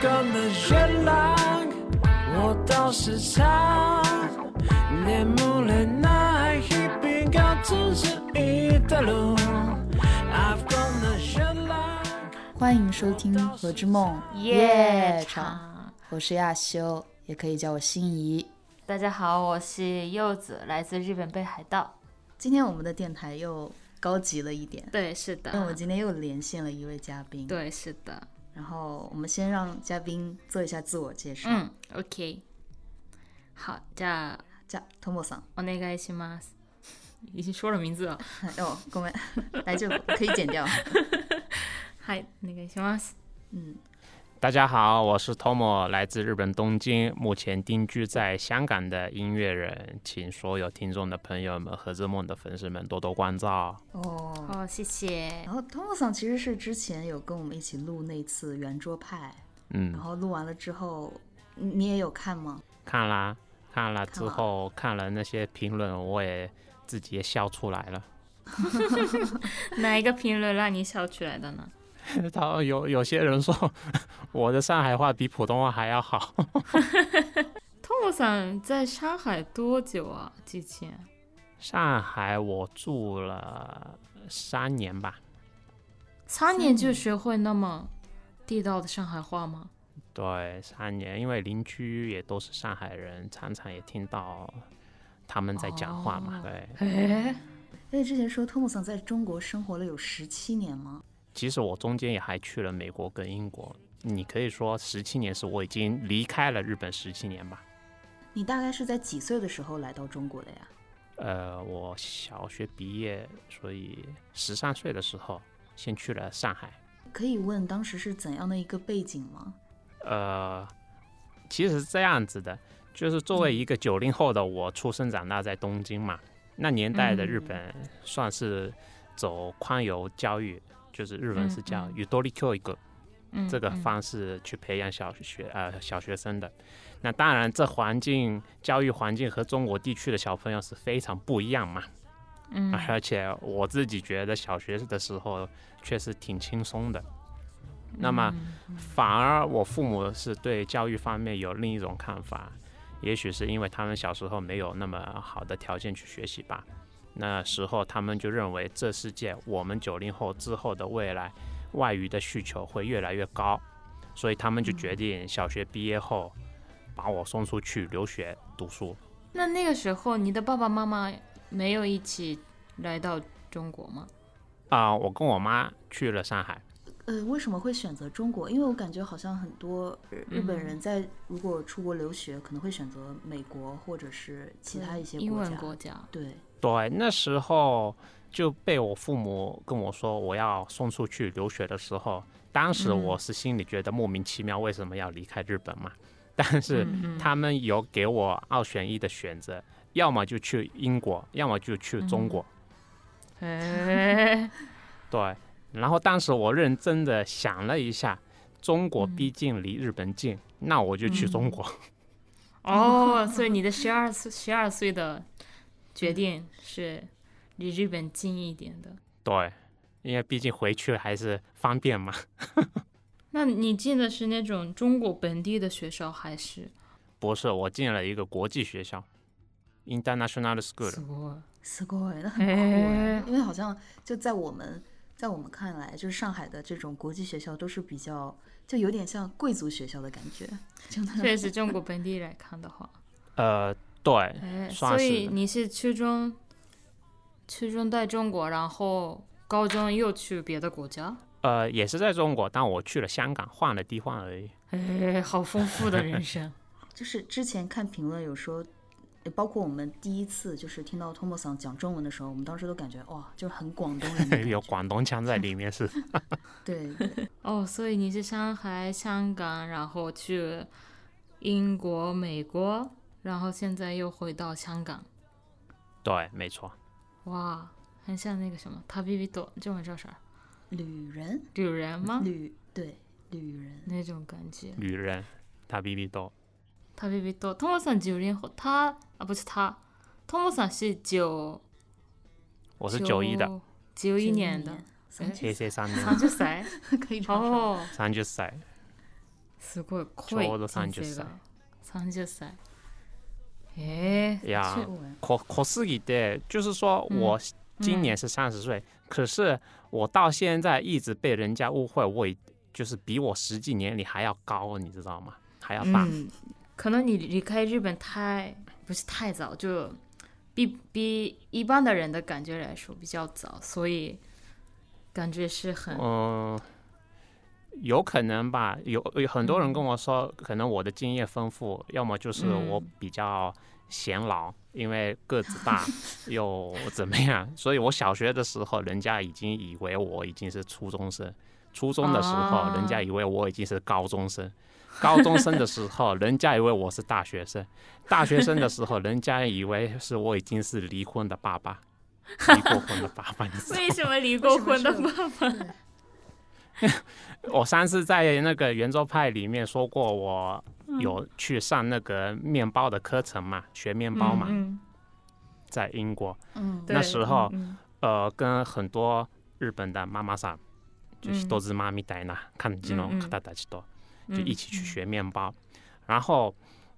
根的原谅，我倒是差。眠不了那一边高只是一条路，阿公的原谅。欢迎收听《我之梦夜夜场》，场。我是亚修，也可以叫我心怡。大家好，我是柚子，来自日本北海道。今天我们的电台又高级了一点，对，是的因为我，们今天又连线了一位嘉宾。，对，是的，然后我们先让嘉宾做一下自我介绍。嗯，OK，好，じゃあじゃあ、トモさん、お願いします。已经说了名字了， 哦，ごめん、 来就可以剪掉。嗨，お願いします。嗯，大家好，我是 Tomo，来自日本东京，目前定居在香港的音乐人，请所有听众的朋友们和日梦的粉丝们多多关照。哦。 哦，谢谢然。后 t o m 其实是之前有跟我们一起录那次圆桌派，嗯，然后录完了之后，你你也有看吗？看啦看啦看之了后，看了那些评论，我也自己也笑出来了。哪一个评论让你笑出来的呢？然后有有些人说 我的上海话比普通话还要好， 托姆さん哦在上海多久啊？之前上海我住了三年吧，三年就学会那么地道的上海话吗？对，三年，因为邻居也都是上海人，常常也听到他们在讲话嘛。对，哎，因为之前说 t o m 在中国生活了有十七年吗？其实我中间也还去了美国跟英国，你可以说十七年是我已经离开了日本十七年吧。你大概是在几岁的时候来到中国的呀？呃，我小学毕业，所以十三岁的时候先去了上海。可以问当时是怎样的一个背景吗？呃，其实是这样子的，就是作嗯为一个九零后的我，出生长大在东京嘛，那年代的日嗯本算是走宽游教育，就是日文是叫嗯嗯 u d o r i k o i g 嗯，这个嗯方式去培养小学呃小学生的。那当然，这环境教育环境和中国地区的小朋友是非常不一样嘛。嗯而且我自己觉得小学的时候确实挺轻松的。嗯那么，反而我父母是对教育方面有另一种看法，也许是因为他们小时候没有那么好的条件去学习吧。那时候他们就认为这世界我们九零后之后的未来，外语的需求会越来越高，所以他们就决定小学毕业后把我送出去留学读书。那那个时候你的爸爸妈妈没有一起来到中国吗？啊、我跟我妈去了上海。呃，为什么会选择中国？因为我感觉好像很多呃日嗯本人在如果出国留学，可能会选择美国或者是其他一些英国家。文国 家，对，对，那时候就被我父母跟我说我要送出去留学的时候，当时我是心里觉得莫名其妙，为什么要离开日本嘛？ 但是他们有给我二选一的选择，要么就去英国，要么就去中国。哎，对，然后当时我认真的想了一下，中国毕竟离日本近，那我就去中国。哦，所以你的十二岁十二岁的决定是离日本近一点的。 对，因为毕竟回去还是方便嘛。那你进的是那种中国本地的学校还是？不是，我进了一个国际学校，International School。 すごい，那很酷哎、因为好像就在我们在我们看来，就是上海的这种国际学校都是比较就有点像贵族学校的感觉。确实，中国本地来看 的话，呃，对，哎，算所是以你是初中，初中在中国，然后高中又去别的国家，呃，也是在中国，但我去了香港，换了地方而已。哎，好丰富的人生。就是之前看评论有说，呃包括我们第一次就是听到 Tomo 桑讲中文的时候，我们当时都感觉哇，就是很广东人 的感觉有广东腔在里面是，对对哦，所以你是上海、香港，然后去英国、美国，然后现在又回到香港，对，没错。哇，很像那个什么《塔比比多》中文叫啥？旅人旅人吗？旅对旅人，那种感觉。女人，他比比多，塔比比多，托莫桑九零后，他啊不是他，托莫桑是九，我是九一的，，九一年的的，，桑哎谢切谢三 三年，十岁可以找上哦，三十岁，すごい濃ちょうどい30人歳生が30歳えいや这个 文可可是ぎて，就是说嗯我今年是三十岁，可是我到现在一直被人家误会，我已就是比我实际年龄还要高，你知道吗？还要大。嗯，可能你离开日本太不是太早，就比比一般的人的感觉来说比较早，所以感觉是很、嗯，有可能吧，有有很多人跟我说，可能我的经验丰富，要么就是我嗯嗯比较显老，因为个子大 又怎么样，所以我小学的时候，人家已经以为我已经是初中生，初中的时候，人家啊以为我已经是高中生。高中生的时 候，人家以为我是大学生；大学生的时候，人家以为是我已经是离婚的爸 爸，离过婚的爸爸。你知道吗为什么离为过什么婚的是吗？我上次在那个圆桌派里面说过，我嗯有去上那个面包的课程嘛，学面包嘛，嗯在英国。 嗯，那时候嗯呃，跟很多日本的妈妈桑，就是嗯都是妈咪带呐，看吉隆嗯嗯卡达达吉多，嗯就一起去学面包。然后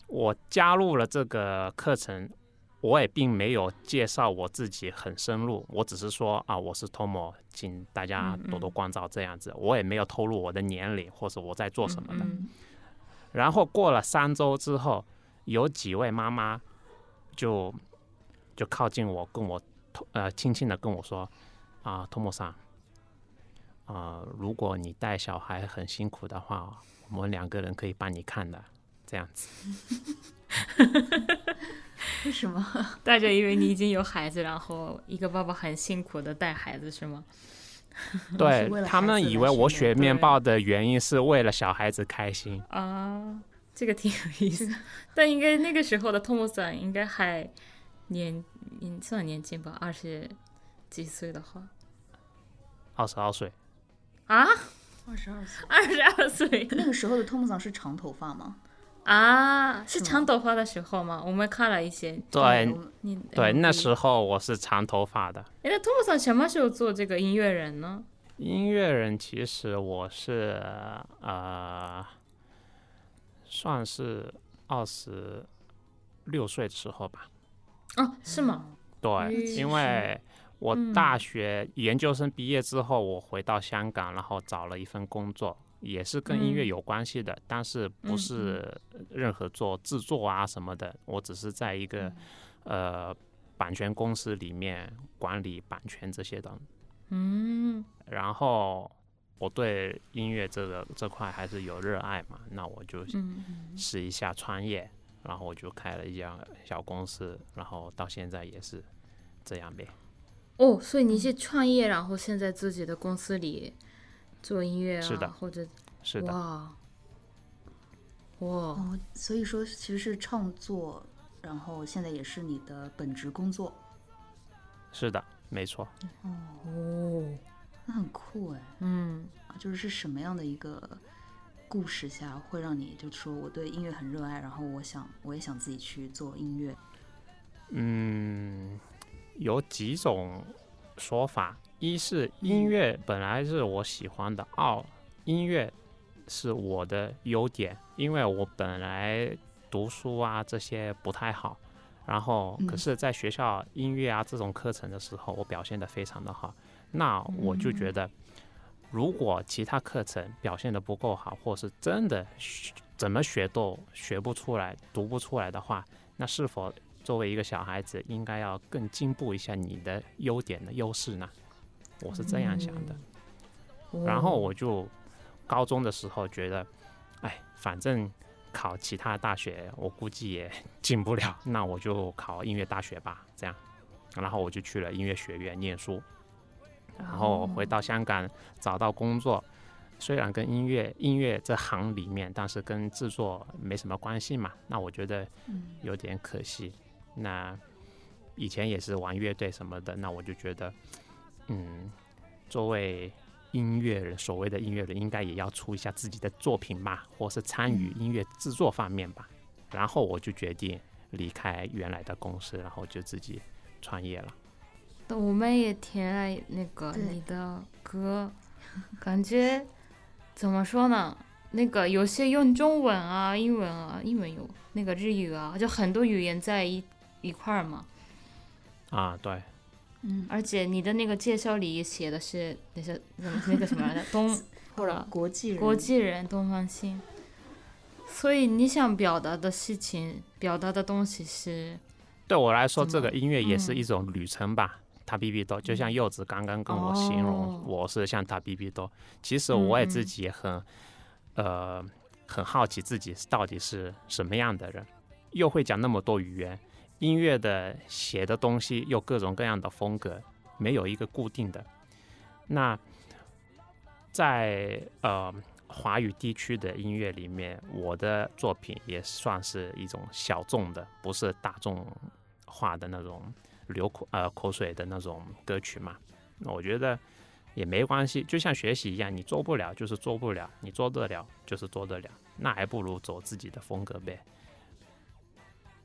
我加入了这个课程，我也并没有介绍我自己很深入，我只是说啊，我是 Tomo，请大家嗯嗯多多关照这样子。我也没有透露我的年龄或者我在做什么的。嗯然后过了三周之后，有几位妈妈就就靠近我，跟我呃轻轻的跟我说：“啊，托莫桑，啊，如果你带小孩很辛苦的话，我们两个人可以帮你看的。”这样 子，为什么？大家以为你已经有孩子，然后一个爸爸很辛苦的带孩子是吗？对哦是为了他孩们子以来为训我练学对面包的原因是为了小孩子开心，哦啊，这个挺有意思。但应该那个时候的 t o m 应该还年年算年轻吧，二十几岁的话二十二岁，啊，二十二岁，二十二岁 那个时候的托姆桑是长头发吗？啊，嗯是是吗长头发的时候吗？我们看了一些，对我们你对，那时候。候我是长头发的。哎，那 t o m 什么时候做这个音乐人呢？音乐人其实我是呃，算是二十六岁的时候吧。哦，是吗？对，嗯因为我大学研究生毕业之后，我回到香港，然后找了一份工作，也是跟音乐嗯有关系的，但是不是任何做制作啊什么的，我只是在一个嗯呃版权公司里面管理版权这些东西。嗯，然后我对音乐这个这块还是有热爱嘛，那我就嗯试一下创业，然后我就开了一家小公司，然后到现在也是这样呗。哦，所以你是创业，然后现在自己的公司里做音乐啊，是的或者是的，哇，哇，哦，所以说其实是创作，然后现在也是你的本职工作，是的，没错。哦，那很酷哎。嗯啊就是是什么样的一个故事下会让你就说我对音乐很热爱，然后我想我也想自己去做音乐？嗯，有几种说法，一是音乐本来是我喜欢的，二音乐是我的优点，因为我本来读书啊这些不太好，然后可嗯是在学校音乐啊这种课程的时候，我表现的非常的好，那我就觉得。如果其他课程表现的不够好，或是真的学怎么学都学不出来、读不出来的话，那是否作为一个小孩子，应该要更进步一下你的优点的优势呢？我是这样想的。然后我就高中的时候觉得，哎，反正考其他大学我估计也 进不了，那我就考音乐大学吧，这样。然后我就去了音乐学院念书，然后回到香港找到工作，虽然跟音乐音乐这行里面，但是跟制作没什么关系嘛，那我觉得嗯，有点可惜。那以前也是玩乐队什么的，那我就觉得，嗯，作为音乐人，所谓的音乐人，应该也要出一下自己的作品吧，或是参与音乐制作方面吧。然后我就决定离开原来的公司，然后就自己创业了。那我们也填了那个对你的歌，感觉怎么说呢？那个有些用中文啊、英文啊、英文有那个日语啊，就很多语言在一一块儿嘛。啊，对，而且你的那个介绍里写的是那些那那个什么来着， 东或者国际人国际人东方性，所以你想表达的事情、表达的东西是，对我来说，怎这么嗯个音乐也是一种旅程吧。塔比比多就像柚子刚刚跟我形哦容，我是像塔比比多。其实我也自己也很，呃，很好奇自己到底是什么样的人，又会讲那么多语言，音乐的写的东西又各种各样的风格，没有一个固定的。那在呃华语地区的音乐里面，我的作品也算是一种小众的，不是大众化的那种流口呃口水的那种歌曲嘛。那我觉得也没关系，就像学习一样，你做不了就是做不了，你做得了就是做得了，那还不如走自己的风格呗。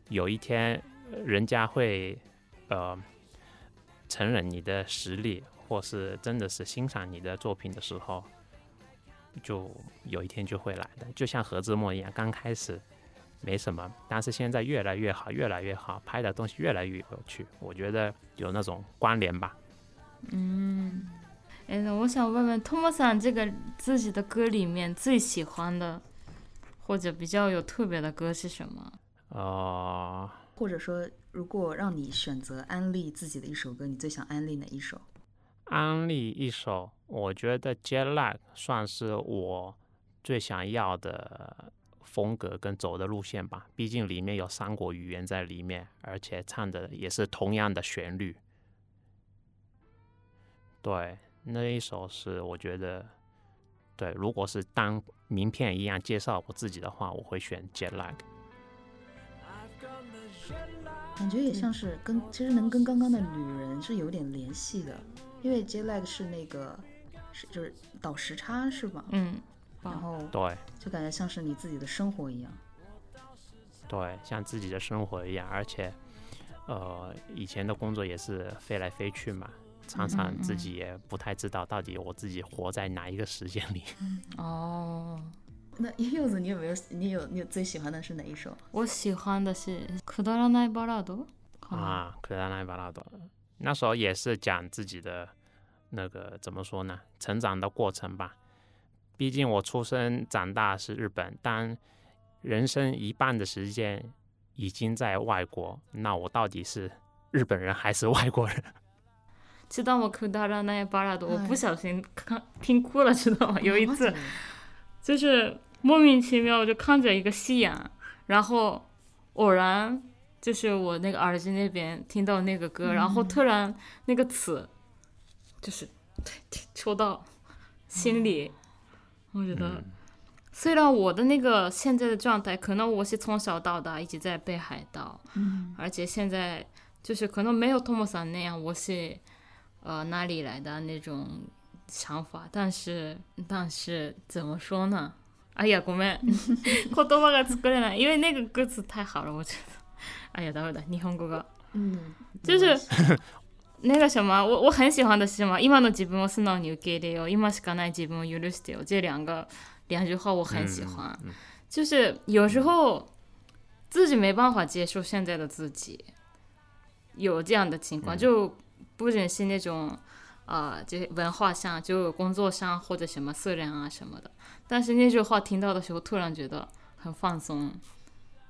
有一天呃人家会呃承认你的实力，或是真的是欣赏你的作品的时候，就有一天就会来的。就像何志墨一样，刚开始没什么，但是现在越来越好，越来越好，拍的东西越来越有趣。我觉得有那种关联吧。哎，那我想问问 t o m 这个自己的歌里面最喜欢的或者比较有特别的歌是什么？呃，或者说，如果让你选择安利自己的一首歌，你最想安利哪一首？安利一首，我觉得 j e Lag 算是我最想要的风格跟走的路线吧。毕竟里面有三国语言在里面，而且唱的也是同样的旋律。对，那一首是我觉得，对，如果是当名片一样介绍我自己的话，我会选 j e Lag。感觉也像是跟，其实能跟刚刚的女人是有点联系的，因为 jet lag 是那个是就是倒时差是吧？嗯，然后对就感觉像是你自己的生活一样。对，像自己的生活一样，而且，呃，以前的工作也是飞来飞去嘛，常常自己也不太知道到底我自己活在哪一个时间里。哦，那 柚子，你有没有你有你有最喜欢的是哪一首？我喜欢的是《くだらないバラード》。好吗，啊， 克拉奈巴拉多，那时候也是讲自己的那个怎么说呢，成长的过程吧。毕竟我出生长大是日本，但人生一半的时间已经在外国，那我到底是日本人还是外国人？知道我《くだらないバラード》，我哎不小心看听哭了，知道吗？有一忘记次了就是莫名其妙就看着一个夕阳，然后偶然就是我那个耳机那边听到那个歌，然后突然那个词就是戳到心里，我觉得。虽然我的那个现在的状态，可能我是从小到大一直在北海道，嗯，而且现在就是可能没有 Tomo さん那样，我是呃哪里来的那种想法，但是但是怎么说呢？哎呀，ご めん、言葉が作れない，因为那个歌词太好了，我觉得。哎呀，等会儿的日本語が嗯，就是那个什么，我我很喜欢的是什么？今の自分を素直に受け入れよう，今しかない自分を許してよ。这两个两句话我很喜欢，就是有时候自己没办法接受现在的自己，有这样的情嗯况，就不仅是那种啊，就是文化上，就工作上或者什么私人啊什么的。但是那句话听到的时候，突然觉得很放松，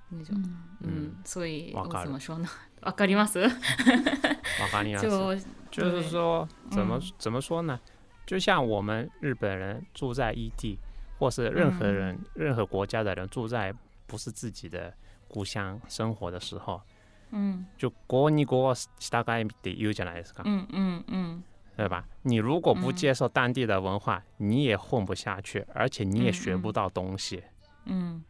那种，嗯，所以わかる我怎么说呢？わかります。我和你老师就就是对说，怎么、嗯怎么说呢？就像我们日本人住在异地，或是任何人、嗯任何国家的人住在不是自己的故乡生活的时候，嗯就国に国を従えって言うじゃないですか，嗯嗯嗯对吧？你如果不接受当地的文化，你也混不下去，而且你也学不到东西。嗯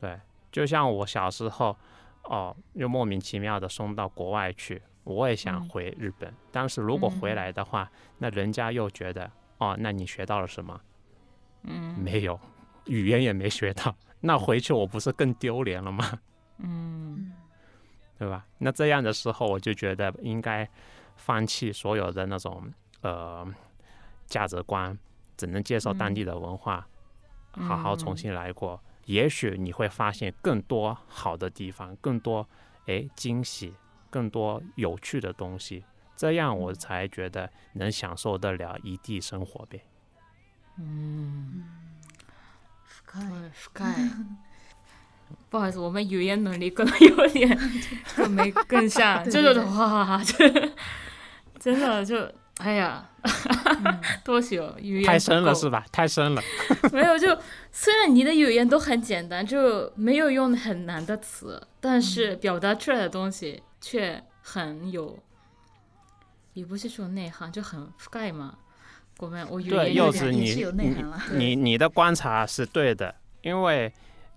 对，就像我小时候，哦，又莫名其妙的送到国外去，我也想嗯回日本，但是如果回嗯来的话，那人家又觉得，哦，那你学到了什么？嗯没有，语言也没学到，那回去我不是更丢脸了吗？ 嗯对吧？那这样的时候，我就觉得应该放弃所有的那嗯种呃价值观，只能接受当地的文化，好好重新来过，也许你会发现更多好的地方，更多诶惊喜，更多有趣的东西。这样嗯我才觉得能享受得了异地生活呗。哎看， sky。不好意思，我们语言能力可能有 点更没跟上，对这对就是对哇，这 真的就哎呀，嗯 多久语言太不深了够是吧？太深了。没有，就虽然你的语言都很简单，就没有用很难的词，但嗯是表达出来的东西却很有，也不是说内涵，就很覆盖嘛。我们我语对，言有柚点子，也你是有内涵了你你你的观察是对的，因为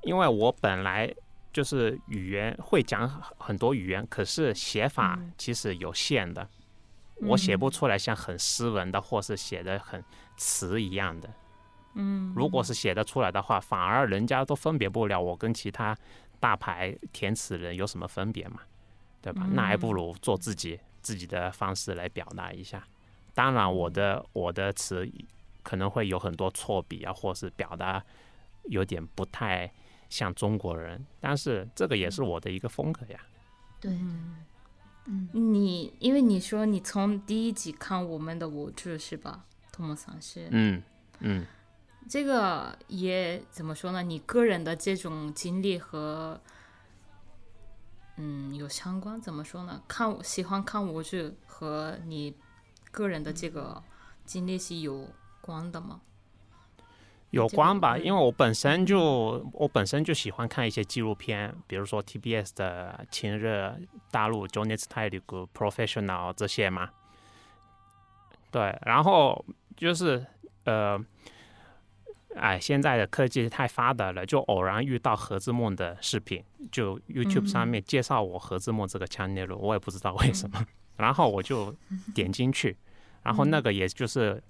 因为我本来就是语言会讲很很多语言，可是写法嗯其实有限的，我写不出来像很斯文的，或是写的很词一样的。嗯，如果是写得出来的话，反而人家都分别不了我跟其他大牌填词人有什么分别嘛，对吧？那还不如做自己自己的方式来表达一下。当然，我的我的词可能会有很多错笔啊，或是表达有点不太像中国人，但是这个也是我的一个风格呀。对，嗯，你，因为你说你从第一集看我们的我剧是吧？托莫桑是、嗯嗯，这个也怎么说呢？你个人的这种经历和嗯有相关，怎么说呢？看喜欢看舞剧和你个人的这个经历是有关的吗？有关吧，这个嗯因为我本身就我本身就喜欢看一些纪录片，比如说 TBS 的《亲热大陆》《j o n e s t a i l u Professional》这些嘛。对，然后就是呃，哎，现在的科技太发达了，就偶然遇到何志梦的视频，就 YouTube 上面介绍我何志梦这个 channel，、我也不知道为什么，然后我就点进去，然后那个也就是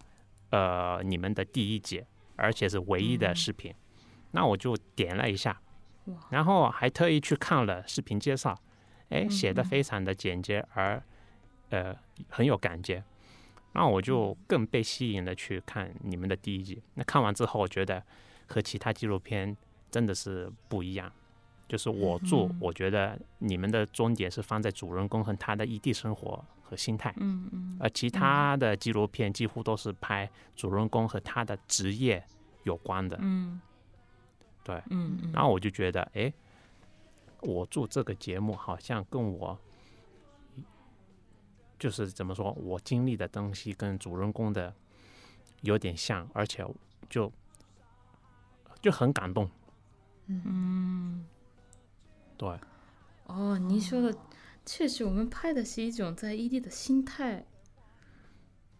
呃你们的第一节，而且是唯一的视频，那我就点了一下，然后还特意去看了视频介绍，哎，写的非常的简洁，而呃很有感觉，那我就更被吸引了去看你们的第一集。那看完之后，我觉得和其他纪录片真的是不一样。就是我做，我觉得你们的终点是放在主人公和他的异地生活和心态，嗯嗯而其他的纪录片几乎都是拍主人公和他的职业有关的。嗯，对嗯嗯，然后我就觉得，哎，我做这个节目好像跟我就是怎么说，我经历的东西跟主人公的有点像，而且就就很感动。嗯，对，哦，你说的确实，我们拍的是一种在异地的心态，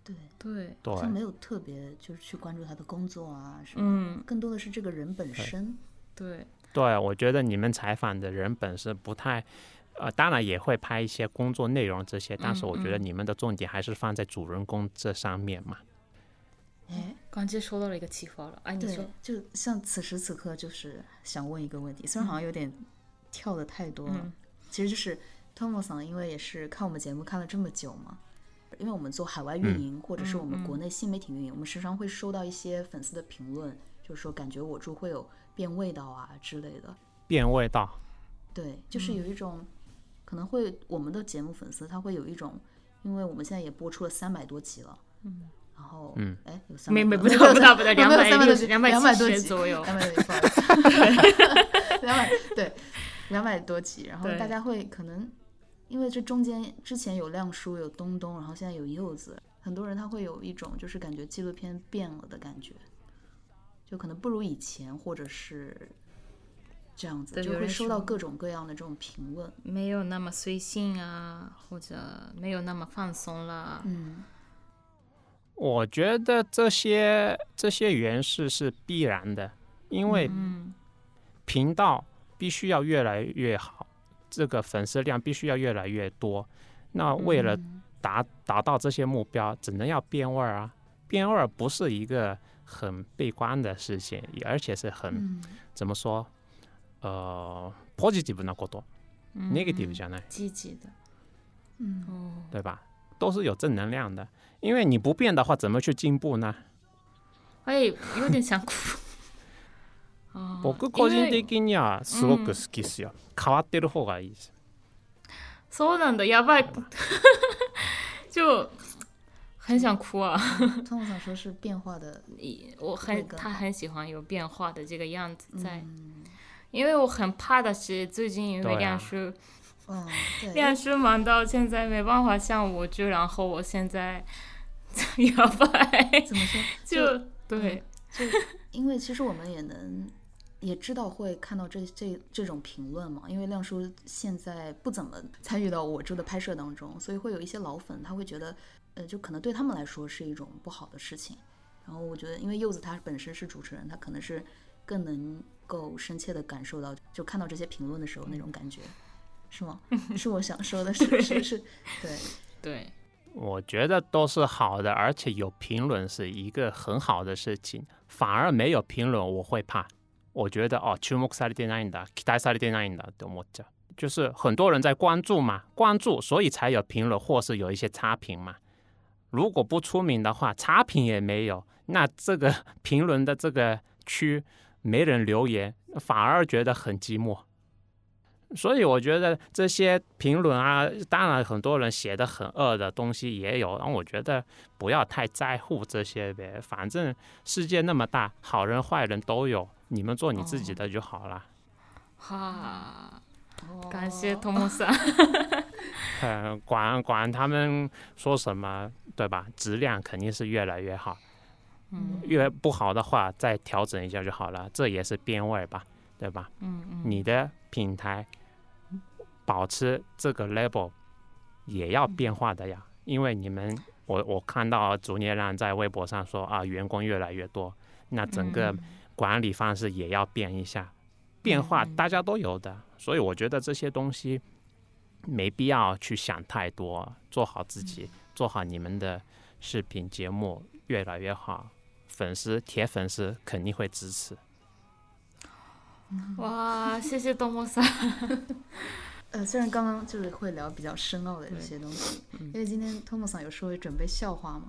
对，对，对好，像没有特别就是去关注他的工作啊什么，嗯更多的是这个人本身。对，对，我觉得你们采访的人本身不太，呃，当然也会拍一些工作内容这些，但是我觉得你们的重点还是放在主人公这上面嘛。哎，刚才说到了一个启发了，哎，你说对，，就像此时此刻，就是想问一个问题，虽然好像有点跳的太多了，嗯其实就是汤姆桑，因为也是看我们节目看了这么久嘛，因为我们做海外运营、或者是我们国内新媒体运嗯营，我们时常会收到一些粉丝的评论，就是说感觉我住会有变味道啊之类的，变味道，对，就是嗯有一种、可能会我们的节目粉丝他会有一种，因为我们现在也播出了三百多集了，嗯，然后嗯，哎，有三没没不到到不到不到，两没有百三百多集，两百百嗯多集左右，两百多集，不好意思，两百对，两百多集。然后对大家会可能因为这中间之前有亮叔，有东东，然后现在有柚子，很多人他会有一种就是感觉纪录片变了的感觉，就可能不如以前，或者是这样子，对就有会人收到说各种各样的这种评论。没有那么随性啊，或者没有那么放松了。嗯，我觉得这些这些元素是必然的，因为嗯频道必须要越来越好，这个粉丝量必须要越来越多。那为了嗯达达到这些目标，只能要变味儿啊！变味儿不是一个很悲观的事情，也而且是很、嗯嗯怎么说，呃，positive なこと、嗯 negative じゃない。积极的，嗯哦，对吧？都是有正能量的，因为你不变的话，怎么去进步呢？ 哎，有点想哭。啊僕個人因为的にはすごく好きっすよ。変わってる方がいいです。そうなんだやばい 就很想哭啊通常说是变化的，一那我很个他很喜欢有变化的这个样子在，嗯因为我很怕的是最近因对为啊亮叔、嗯，对 亮，叔忙到现在没办法像我就然后我现在 摇 摆，怎么说？就嗯对，因为其实我们也能也知道会看到这这这种评论嘛，因为亮叔现在不怎么参与到我这的拍摄当中，所以会有一些老粉他会觉得，呃，就可能对他们来说是一种不好的事情。然后我觉得，因为柚子他本身是主持人，他可能是更能够深切的感受到，就看到这些评论的时候那种感觉，是吗？是我想说的是，是是是，对，对，我觉得都是好的，而且有评论是一个很好的事情，反而没有评论我会怕。我觉得哦，注目されてないんだ、期待されてないんだって思っちゃう。就是很多人在关注嘛，关注所以才有评论或是有一些差评嘛。如果不出名的话，差评也没有，那这个 评论的这个区没人留言，反而觉得很寂寞。所以我觉得这些评论啊，当然很多人写的很恶的东西也有，然后我觉得不要太在乎这些呗，反正世界那么大，好人坏人都有，你们做你自己的就好了。哈，哦感谢托梦桑，呃，管管他们说什么，对吧？质量肯定是越来越好，嗯越不好的话再调整一下就好了，这也是变味吧，对吧？嗯嗯，你的品牌保持这个 level 也嗯要变化的呀，因为你们我我看到啊竹叶亮在微博上说啊，员工越来越多，那整个嗯管理方式也要变一下，变化嗯大家都有的，所以我觉得这些东西没必要去想太多，做好嗯自己，做好你们的视频节目越来越好，粉丝铁粉丝肯定会支 持。哇，谢谢托梦桑，呃，虽然刚刚就是会聊比较深奥的一些东西，嗯因为今天托姆桑有说准备笑话 嘛，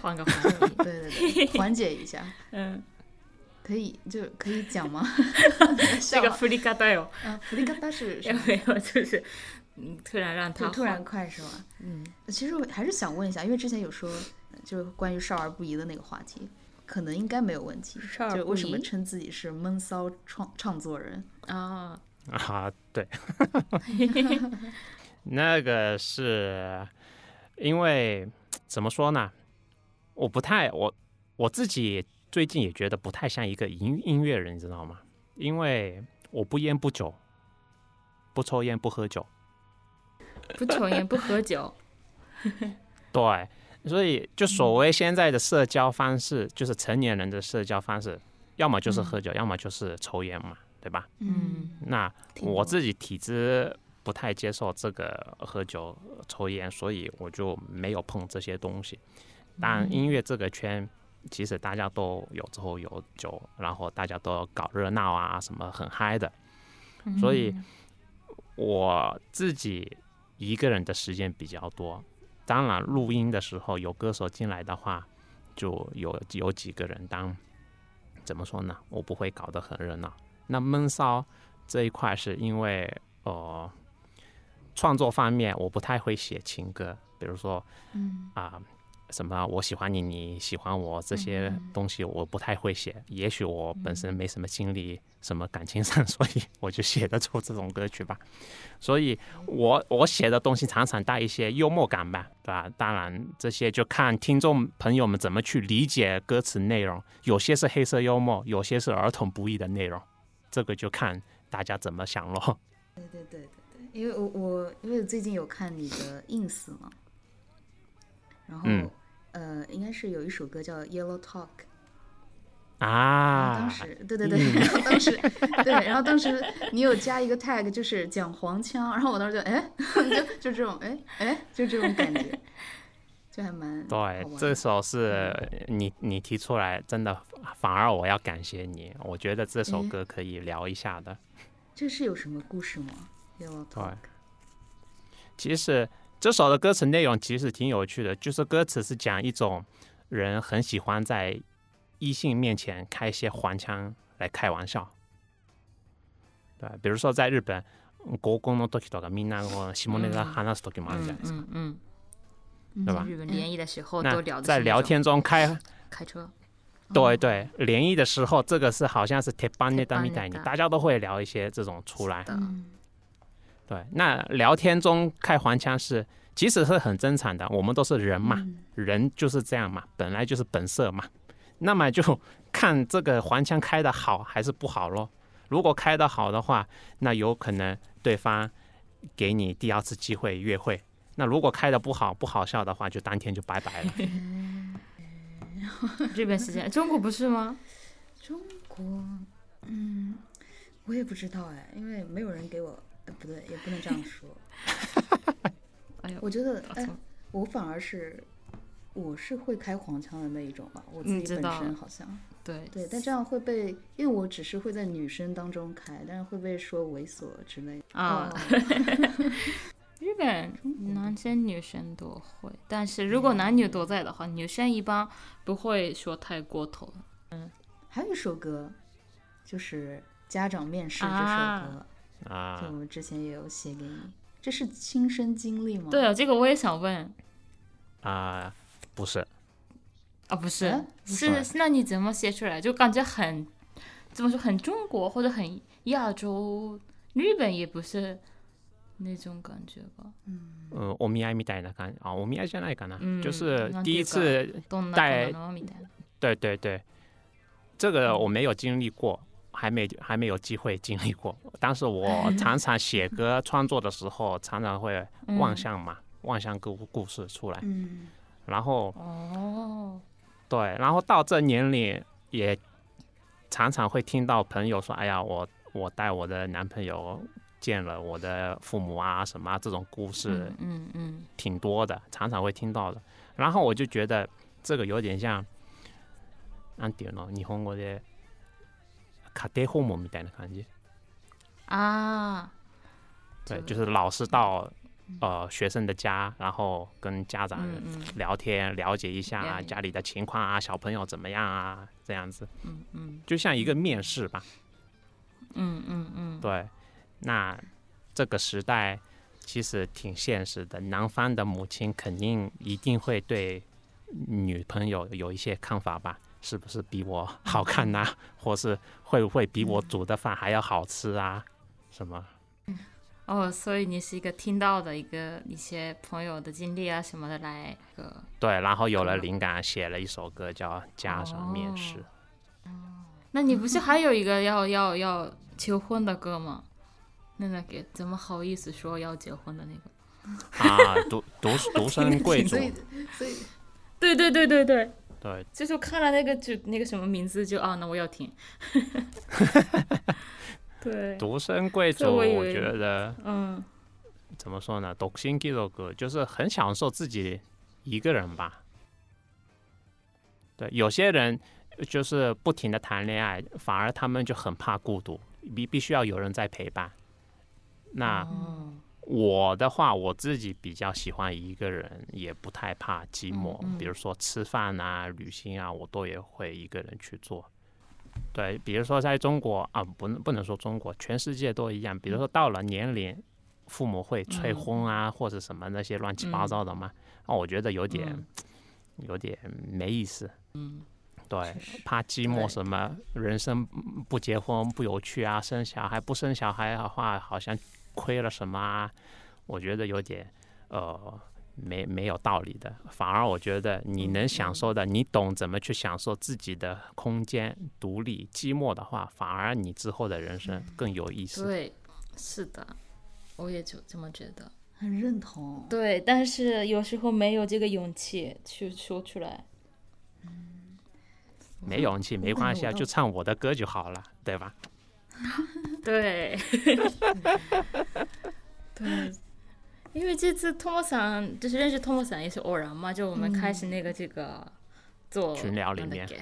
换个环 境，对对对，缓解一下，嗯，可以就可以讲 吗？这笑个话弗里嘎带哦，啊，弗里嘎达是是也吗 没有，就是嗯，突然让他就突然换，快是吗？嗯。其实我还是想问一下，因为之前有说呃就是关于少儿不宜的那个话题，可能应该没有问题。少儿就不为什么宜称自己是闷骚创创作 人？啊，啊，对，嗯那个是因为怎么说呢？我不太我我自己最近也觉得不太像一个音音乐人，你知道吗？因为我不烟不酒，不抽烟不喝酒，不抽烟，不喝酒，对，所以就所谓现在的社交方式，就是成年人的社交方式，要么就是喝酒，要么就是抽烟嘛，对吧？嗯，那挺我多自己体质不太接受这个喝酒、抽烟，所以我就没有碰这些东西。但音乐这个圈，其实大家都有抽有酒，然后大家都搞热闹啊，什么很嗨的。所嗯以我自己一个人的时间比较多。当然，录音的时候有歌手进来的话，就有有几个人当，怎么说呢？我不会搞得很热闹。那闷骚这一块是因为呃，创作方面我不太会写情歌，比如说，嗯啊、什么我喜欢你，你喜欢我这些东西我不太会写。也许我本身没什么经历，什么感情上， 所以我就写得出这种歌曲吧。所以嗯我我写的东西常常带一些幽默感吧，对吧？当然这些就看听众朋友们怎么去理解歌词内容，有些是黑色幽默，有些是儿童不宜的内容，这个就看大家怎么想咯。 对对对对，因为我我因为最近有看你的 ins 嘛，然后、嗯呃，应该是有一首歌叫 Yellow Talk，然后啊当，时，对对对，然后当时，对，然后当时你有加一个 tag，就是讲黄腔，然后我当时就哎， 就就这种哎哎，就这种感觉，就还蛮好玩对的，这首是嗯你你提出来，真的，反而我要感谢你，我觉得这首嗯歌可以聊一下的。这是有什么故事吗？Yellow 对 Talk，啊其实这首的歌词内容其实挺有趣的，就是歌词是讲一种人很喜欢在异性面前开一些黄腔来开玩笑。对，比如说在日本，合コンの時とかみんなこう下ネタ話す時もあるじゃないですか。嗯嗯，对吧嗯日本联谊的时候都聊那的在聊天中开开 车，对对，联谊的时候，这个是好像是铁板内铁板当内みたいに当大家都会聊一些这种出来。的对，那聊天中开黄腔是其实是很正常的，我们都是人嘛，人就是这样嘛，本来就是本色嘛。那么就 看这个黄腔开的好还是不好咯。如果开的好的话，那有可能对方给你第二次机会约会。那如果开的不好，不好笑的话，就当天就拜拜了。日本是这样，中国不是吗？中国，嗯，我也不知道哎，因为没有人给我，呃、不对，也不能这样说。哎呦我 觉得，哎错，我反而是，我是会开黄腔的那一种吧，我自嗯己知本道身好像对，对，但这样会被，因为我只是会在女生当中开，但是会被说猥琐之类的。 啊，哦日本男生女生都会，但是如果男女都在的话，女生一般不会说太过头。嗯还有一首歌，就是《家长面试》这首歌，啊啊就，我之前也有写给你，这是亲身经历吗？哎对啊，这个我也想问啊、不是，啊，不是哎，是那你怎么写出来？就感觉很怎么说，很中国或者很亚洲，日本也不是那种感觉吧？嗯，お見合いみたいな感じ啊，お見合いじゃないかな，嗯就是なんて第いう一次，どんな带感じみたいな。对对对，这个我没有经历过，还没还没有机会经历过。但是我常常写歌创作的时候，常常会嗯妄想嘛，妄想个故事出来，嗯，然后哦，对，然后到这年龄也常常会听到朋友说：“哎呀，我我带我的男朋友见了我的父母啊什么啊这种故事。嗯嗯嗯，挺多的，常常会听到的。然后我就觉得这个有点像，なんていうの日本語で家庭訪問みたいな感じ。啊，对，就就是老师到呃学生的家，然后跟家长嗯嗯聊天，了解一了下解家里的情况啊，小朋友怎么样啊，这样子，嗯嗯就像一个面试吧。嗯嗯嗯，对，那这个时代其实挺现实的，男方的母亲肯定一定会对女朋友有一些看法吧？是不是比我好看呐、 或是会不会比我煮的饭还要好吃啊？什么？哦，所以你是一个听到的一个一些朋友的经历啊什么的来一个，对，然后有了嗯灵感，写了一首歌叫《加上面哦试》。那你不是还有一个要 要要求婚的歌吗？那那个怎么好意思说要结婚的那个？啊，独独独生 贵族哎所，以所以对对对对对，对就是我看了那个就那个什么名字就啊，那我要 听。对，独生贵这族，我以我为觉得嗯怎么说呢？独身貴族就是很享受自己一个人吧。对，有些人就是不停的谈恋爱，反而他们就很怕孤独，必必须要有人在陪伴。那哦我的话，我自己比较喜欢一个人，也不太怕寂寞。嗯比如说吃饭啊、旅行啊，我都也会一个人去做。对，比如说在中国啊，不能不能说中国，全世界都一样。比如说嗯到了年龄，父母会催婚啊，或者什么那些乱七八糟的嘛，那、我觉得有点、嗯有点没意思。嗯，对确实，怕寂寞对什么，人生嗯不结婚不有趣啊，生小孩不生小孩的话，好像亏了什么啊，我觉得有点呃没没有道理的。反而我觉得你能享受的，你懂怎么去享受自己的空间、独立、寂寞的话，反而你之后的人生更有意思。对，是的，我也就这么觉得。 很认同。对，但是有时候没有这个勇气去说出来。没勇气没关系啊，我就唱我的歌就好了，对吧？ 对， 对，因为这次托莫桑就是认识托莫桑也是偶然嘛，就我们开始那个这个做群聊里那面个，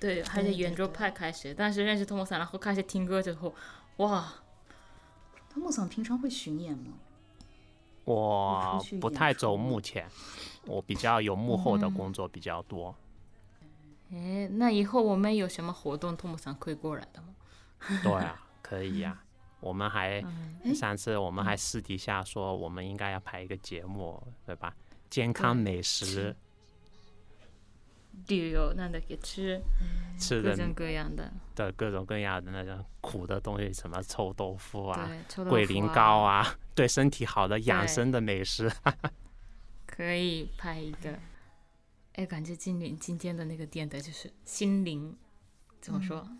对，还是圆桌派开始，但是认识托莫桑，然后开始听歌之后，哇，汤姆桑平常会巡演吗？我出去不演太出走幕前，我比较有幕后的工作比较多。哎，那以后我们有什么活动，托姆桑可以过来的吗？对啊，可以呀、我们还嗯上次我们还私底下说，我们应该要拍一个节目，对吧？健康美食旅游那得给吃吃各的种各样的，的各种各样的那种苦的东西，什么臭豆腐啊、对，臭豆桂腐林啊糕啊， 对身体好的养对生的美食。可以拍一个。哎，感觉今年今天的那个电台就是心灵，怎么说？嗯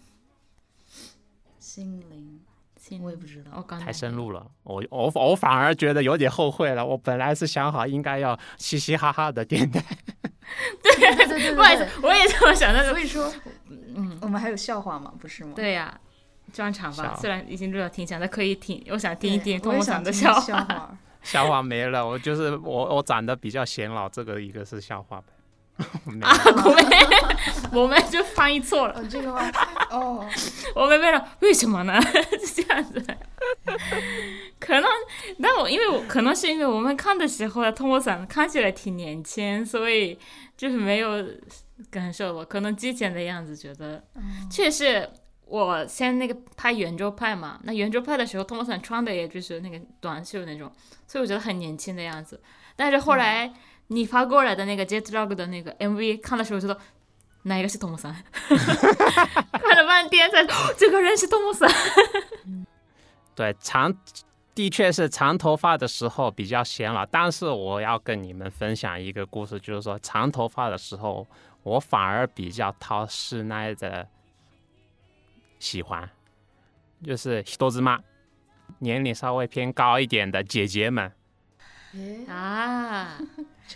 心灵，心哦我也不知道我刚太才深入了，我我我反而觉得有点后悔了。我本来是想好应该要嘻嘻哈哈的 电台，对对对 不好意思 对，我也这么想的。对。所以说，嗯，我们还有笑话嘛，不是吗？对呀、专场吧，笑虽然已经录到挺长，但可以挺，我想对，听一听我托也姆想桑的听笑笑话。话。笑话没了。我就是我我长得比较显老，这个一个是笑话呗。 没啊了，我们我们就翻译错了， 哦，这个吗？哦，我们为了为什么呢？ 是这样子，可能那我因为我可能是因为我们看的时候啊，通过伞看起来挺年轻，所以就是没有感受我可能之前的样子觉得，确实我先那个拍圆桌派嘛，那圆桌派的时候，通过伞穿的也就是那个短袖那种，所以我觉得很年轻的样子。但是后来你发过来的那个 Jetlog 的那个 MV 看的时候，知道哪一个是通过伞。 看了半天才，哦这个人是动物森。对长的确是长头发的时候比较显老，但是我要跟你们分享一个故事，就是说长头发的时候，我反而比较讨室内的喜欢，就是多芝麻，年龄稍微偏高一点的姐姐们。诶 啊，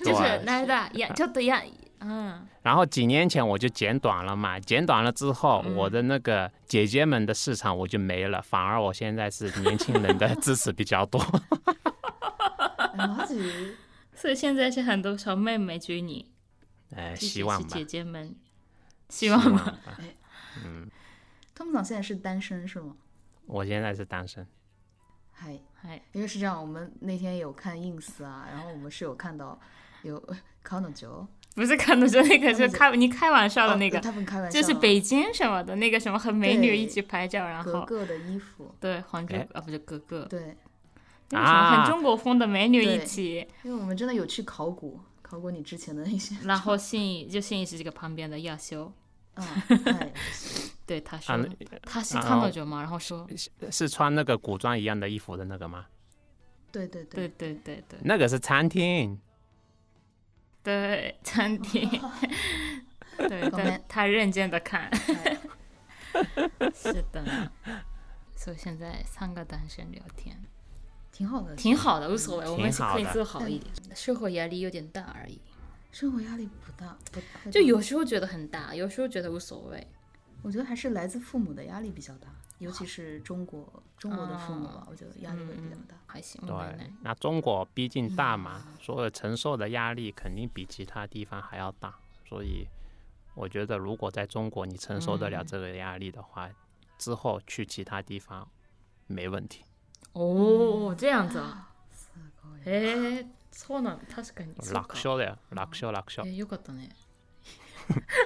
对就是那个呀，ちょっとや、嗯，然后几年前我就剪短了嘛，剪短了之后，嗯我的那个姐姐们的市场我就没了，反而我现在是年轻人的 支持比较多。哎马吉，所以现在是很多小妹妹追你，哎，即使希望是吧姐，姐们，希希望吧。吧。汤姆长现在是单身是吗？我现在是单身，嗨，哎，因为是这样，我们那天有看 ins 啊，然后我们是有看到有康乃酒，不是看的说那个，们是开你开玩笑的那哦个，他们开玩笑就啊，是北京什么的那个什么和美女对一起拍照，然格后格的衣服，对皇珠哎啊，不是格格，对，那个什么啊很中国风的美女对一起，因为我们真的有去考古，考古你之前的一些，然后信义就信义是这个旁边的亚修，啊， 嗨对他说啊，他是啊看到我着吗？然后说，是穿那个古装一样的衣服的那个吗？对对对对，对对对。那个是餐厅，对，餐厅，对，搞 没但他认真的看，嗨是的呢。所以现在三个单身聊天挺好的，挺好的，无所谓，我们是可挺以好的做好一点。生活压力有点大而已，生活压力不大，不大，就有时候觉得很大，有时候觉得无所谓。我觉得还是来自父母的压力比较大，尤其是中国中国的父母吧，我觉得压力会比较大。还行，嗯对我奶奶。，那中国毕竟大嘛，所以承受的压力肯定比其他地方还要大，所以我觉得如果在中国你承受得了这个压力的话，之后去其他地方没问题。哦，这样子啊。えー、そうなん確かにそう楽か勝だよ楽勝楽え勝よかった ね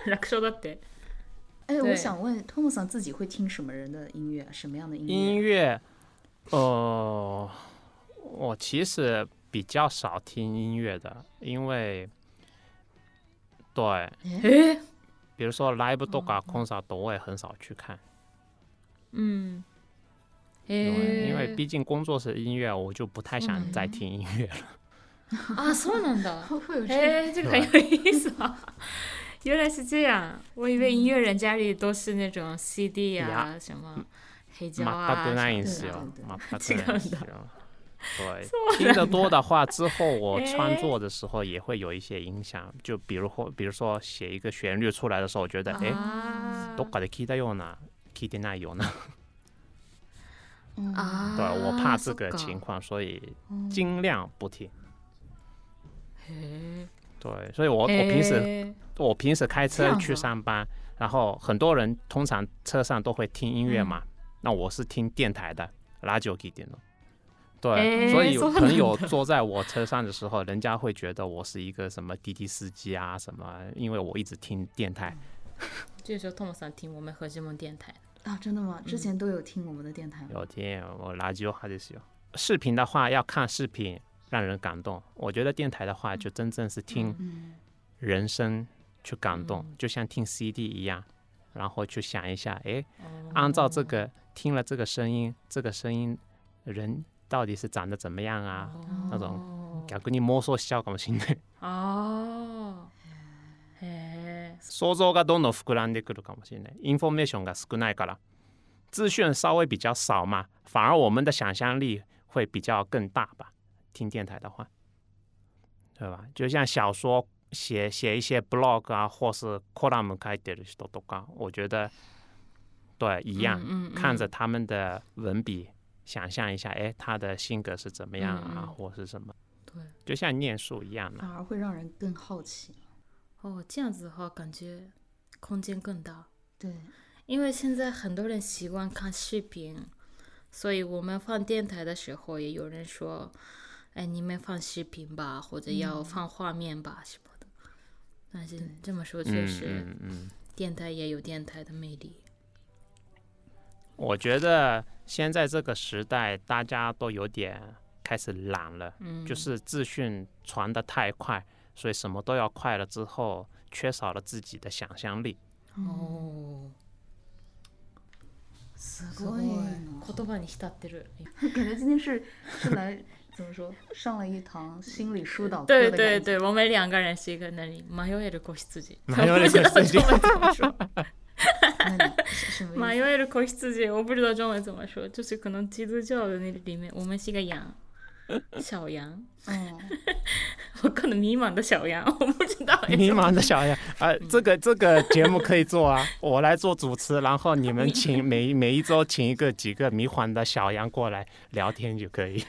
楽勝だって哎，对我想问托姆桑自己会听什么人的音乐？啊什么样的音音乐？乐，呃，我其实比较少听音乐的，因为对，えー、比如说 live と哦か concert 我也很少去看，うん对，因为えー、毕竟工作是音乐，我就不太想再听音乐了。あそうなんだ会会有这哎、这个很有意思 啊！原来是这样，我以为音乐人家里都是那种 CD 嗯啊，什么黑胶马达啊不什耐么音的。是哦对对，马达不違う耐んだ音是哦。对，听得多的话，之后我えー创作的时候也会有一些影响。就比如或比如说写一个旋律出来的时候，我觉得哎，诶啊どっかで聞いたような聞いてないような。啊！对，我怕这个そっか哦情。况，所以尽量不听。对，所以我我平时え我平时开这车样子去啊上班，然后很多人通常车上都会听音乐嘛，嗯那我是听电台的拉九给点的。对，哎所以そうなんだ朋友坐在我车上的时候，人家会觉得我是一个什么滴滴司机啊什么，因为我一直听电台。这个时候托马斯听我们和这梦电台。啊，真的吗？之前都有听我们的电嗯台吗？有听我ラジオ派ですよ。视频的话要看视频，让人感动。我觉得电台的话，就真正是听嗯人声去感动，就像听 CD 一样，然后去想一下，哎，哦按照这个听了这个声音，这个声音人到底是长得怎么样啊？那种逆に妄想しちゃうかもしれない。哦，哎嘿，想像がどんどん膨らんでくるかもしれない。インフォメーションが少ないから，资讯稍微比较少嘛，反而我们的想象力会比较更大吧。听电台的话，对吧？就像小说写写一些 blog 啊，或是 column 書いてる人とか，我觉得对一样，嗯嗯嗯看着他们的文笔，想象一下，哎，他的性格是怎么样啊，嗯嗯啊或是什么，对，就像念书一样嘛。反而啊会让人更好奇。哦，这样子的话，感觉空间更大。对，因为现在很多人习惯看视频，所以我们放电台的时候，也有人说：“哎，你们放视频吧，或者嗯要放画面吧、什么的。”但是这么说，确实、嗯嗯嗯电台也有电台的魅力。我觉得现在这个时代，大家都有点开始懒了，嗯，就是资讯传的太快，所以什么都要快了之后，缺少了自己的想象 力。嗯哦，すすごごいいな言葉に浸ってる。 感觉今天是是来怎么说，上了一堂心理疏导课 对的对感觉。对，我们两个人是一个那里迷える子羊，迷える子羊我不 知道中文怎么说。那你是什么意思？迷える子羊，我不知道中文怎么说，就是可能基督教的那里面，我们是一个羊，小羊，嗯，我可能迷茫的小羊，我哎不嗯知道。哎迷茫的 小样，啊，这个这个节目可以做啊，我来做主持，然后你们 请每每一周请一个几个迷幻的小羊过来聊天就可以。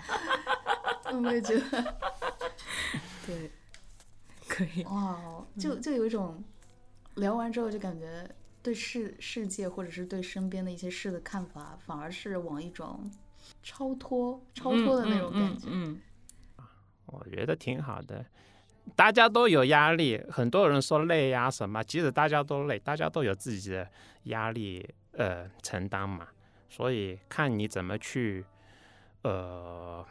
我也觉得， 对，可以，哇哦，就嗯就有一种聊完之后就感觉对世世界或者是对身边的一些事的看法，反而是往一种超脱、超脱的那种感觉。嗯，我觉得挺好的，大家都有压力，很多人说累呀、什么，其实大家都累，大家都有自己的压力呃承担嘛，所以看你怎么去呃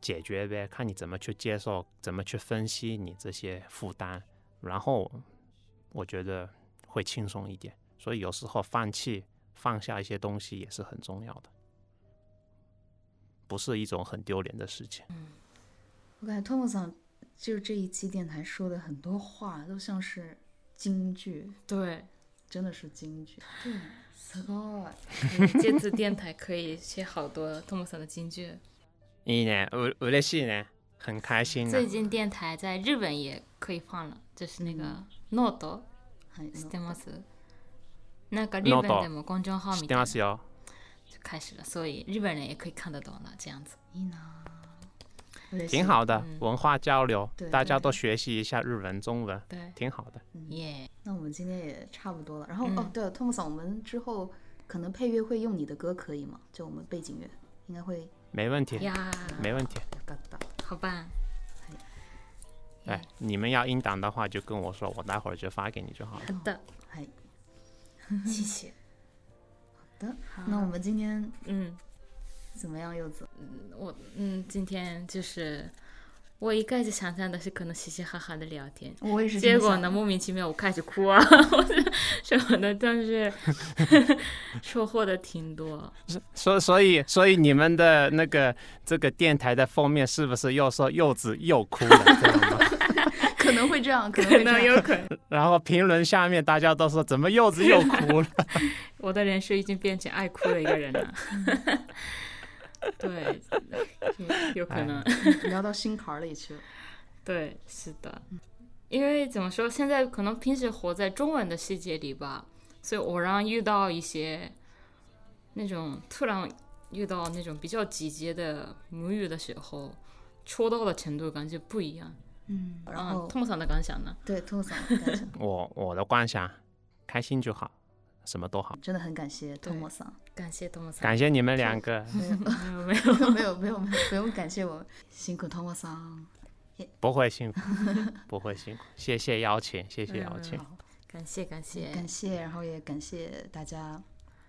解决呗，看你怎么去接受，怎么去分析你这些负担，然后我觉得会轻松一点，所以有时候放弃放下一些东西也是很重要的，不是一种很丢脸的事情。我感觉托姆桑就是这一期电台说的很多话都像是京剧，对，真的是京剧。对，すごい。这次电台可以写好多托姆森的金句。いいね、う嬉しいね、很开心最呢。近电台在日本也可以放了，就是那个 Note はい知ってます？なんか日本でも公众号知みったていなまのすよ。就开始了，所以日本人也可以看得懂了，这样子。いいなぁ。嬉しい挺。好的，文化交流嗯对，大家都学习一下日文、中文，对，挺好的。耶、那我们今天也差不多了。然后、嗯哦，对了，托姆桑，我们之后可能配乐会用你的歌可以吗？就我们背景乐应该会。没问题，呀，没问题。よかった。好棒！哎，嗯你们要音档的话就跟我说，我待会儿就发给你就好了。 好的，はい。 谢谢。的，那我们今天嗯。怎么样，柚子？我嗯，今天就是我一开始想象的是可能嘻嘻哈哈的聊天，我也是结果呢，莫名其妙我开始哭啊， 我是什么的，但是 收获的挺多。所所以所以你们的那个这个电台的封面是不是又说柚子又哭了？这样吗 可能会这样，可能会这样。 有可能然后评论下面大家都说怎么柚子又哭了？ 我的人设已经变成爱哭的一个人了。 对， 有可能。聊到心坎儿里去了。对，是的，因为怎么说，现在可能平时活在中文的世界里吧，所以偶然遇到一些那种突然遇到那种比较集结的母语的时候，戳到的程度感觉不一样。嗯，然嗯，后通常的感想呢？对托姆桑，感谢我我的观想，开心就好，什么都好。 真的很感谢托姆 桑。感谢东森，感谢你们两个，没有没 有，没有没有没有，不用感谢我，辛苦托姆桑。不会辛苦，不会辛苦，谢谢邀请，谢谢邀请。好感谢感谢，感谢，然后也感谢大家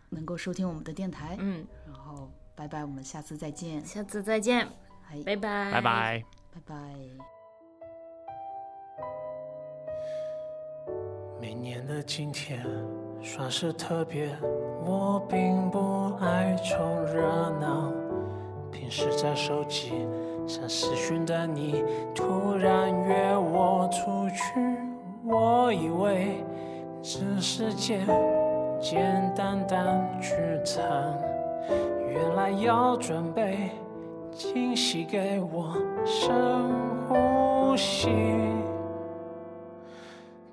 能够收听我们的电台，嗯，然后拜拜，我们下次再见，下次再见，嗨，拜拜，拜拜。拜拜。每年的今天算是特别，我并不爱凑热闹。平时在手机上私讯的你，突然约我出去，我以为只是简简单单聚餐，原来要准备惊喜给我，深呼吸。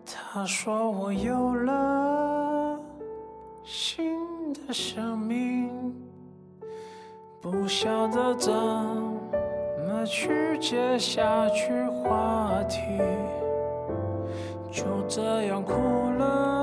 他说我有了新的生命，不晓得怎么去接下去话题，就这样哭了。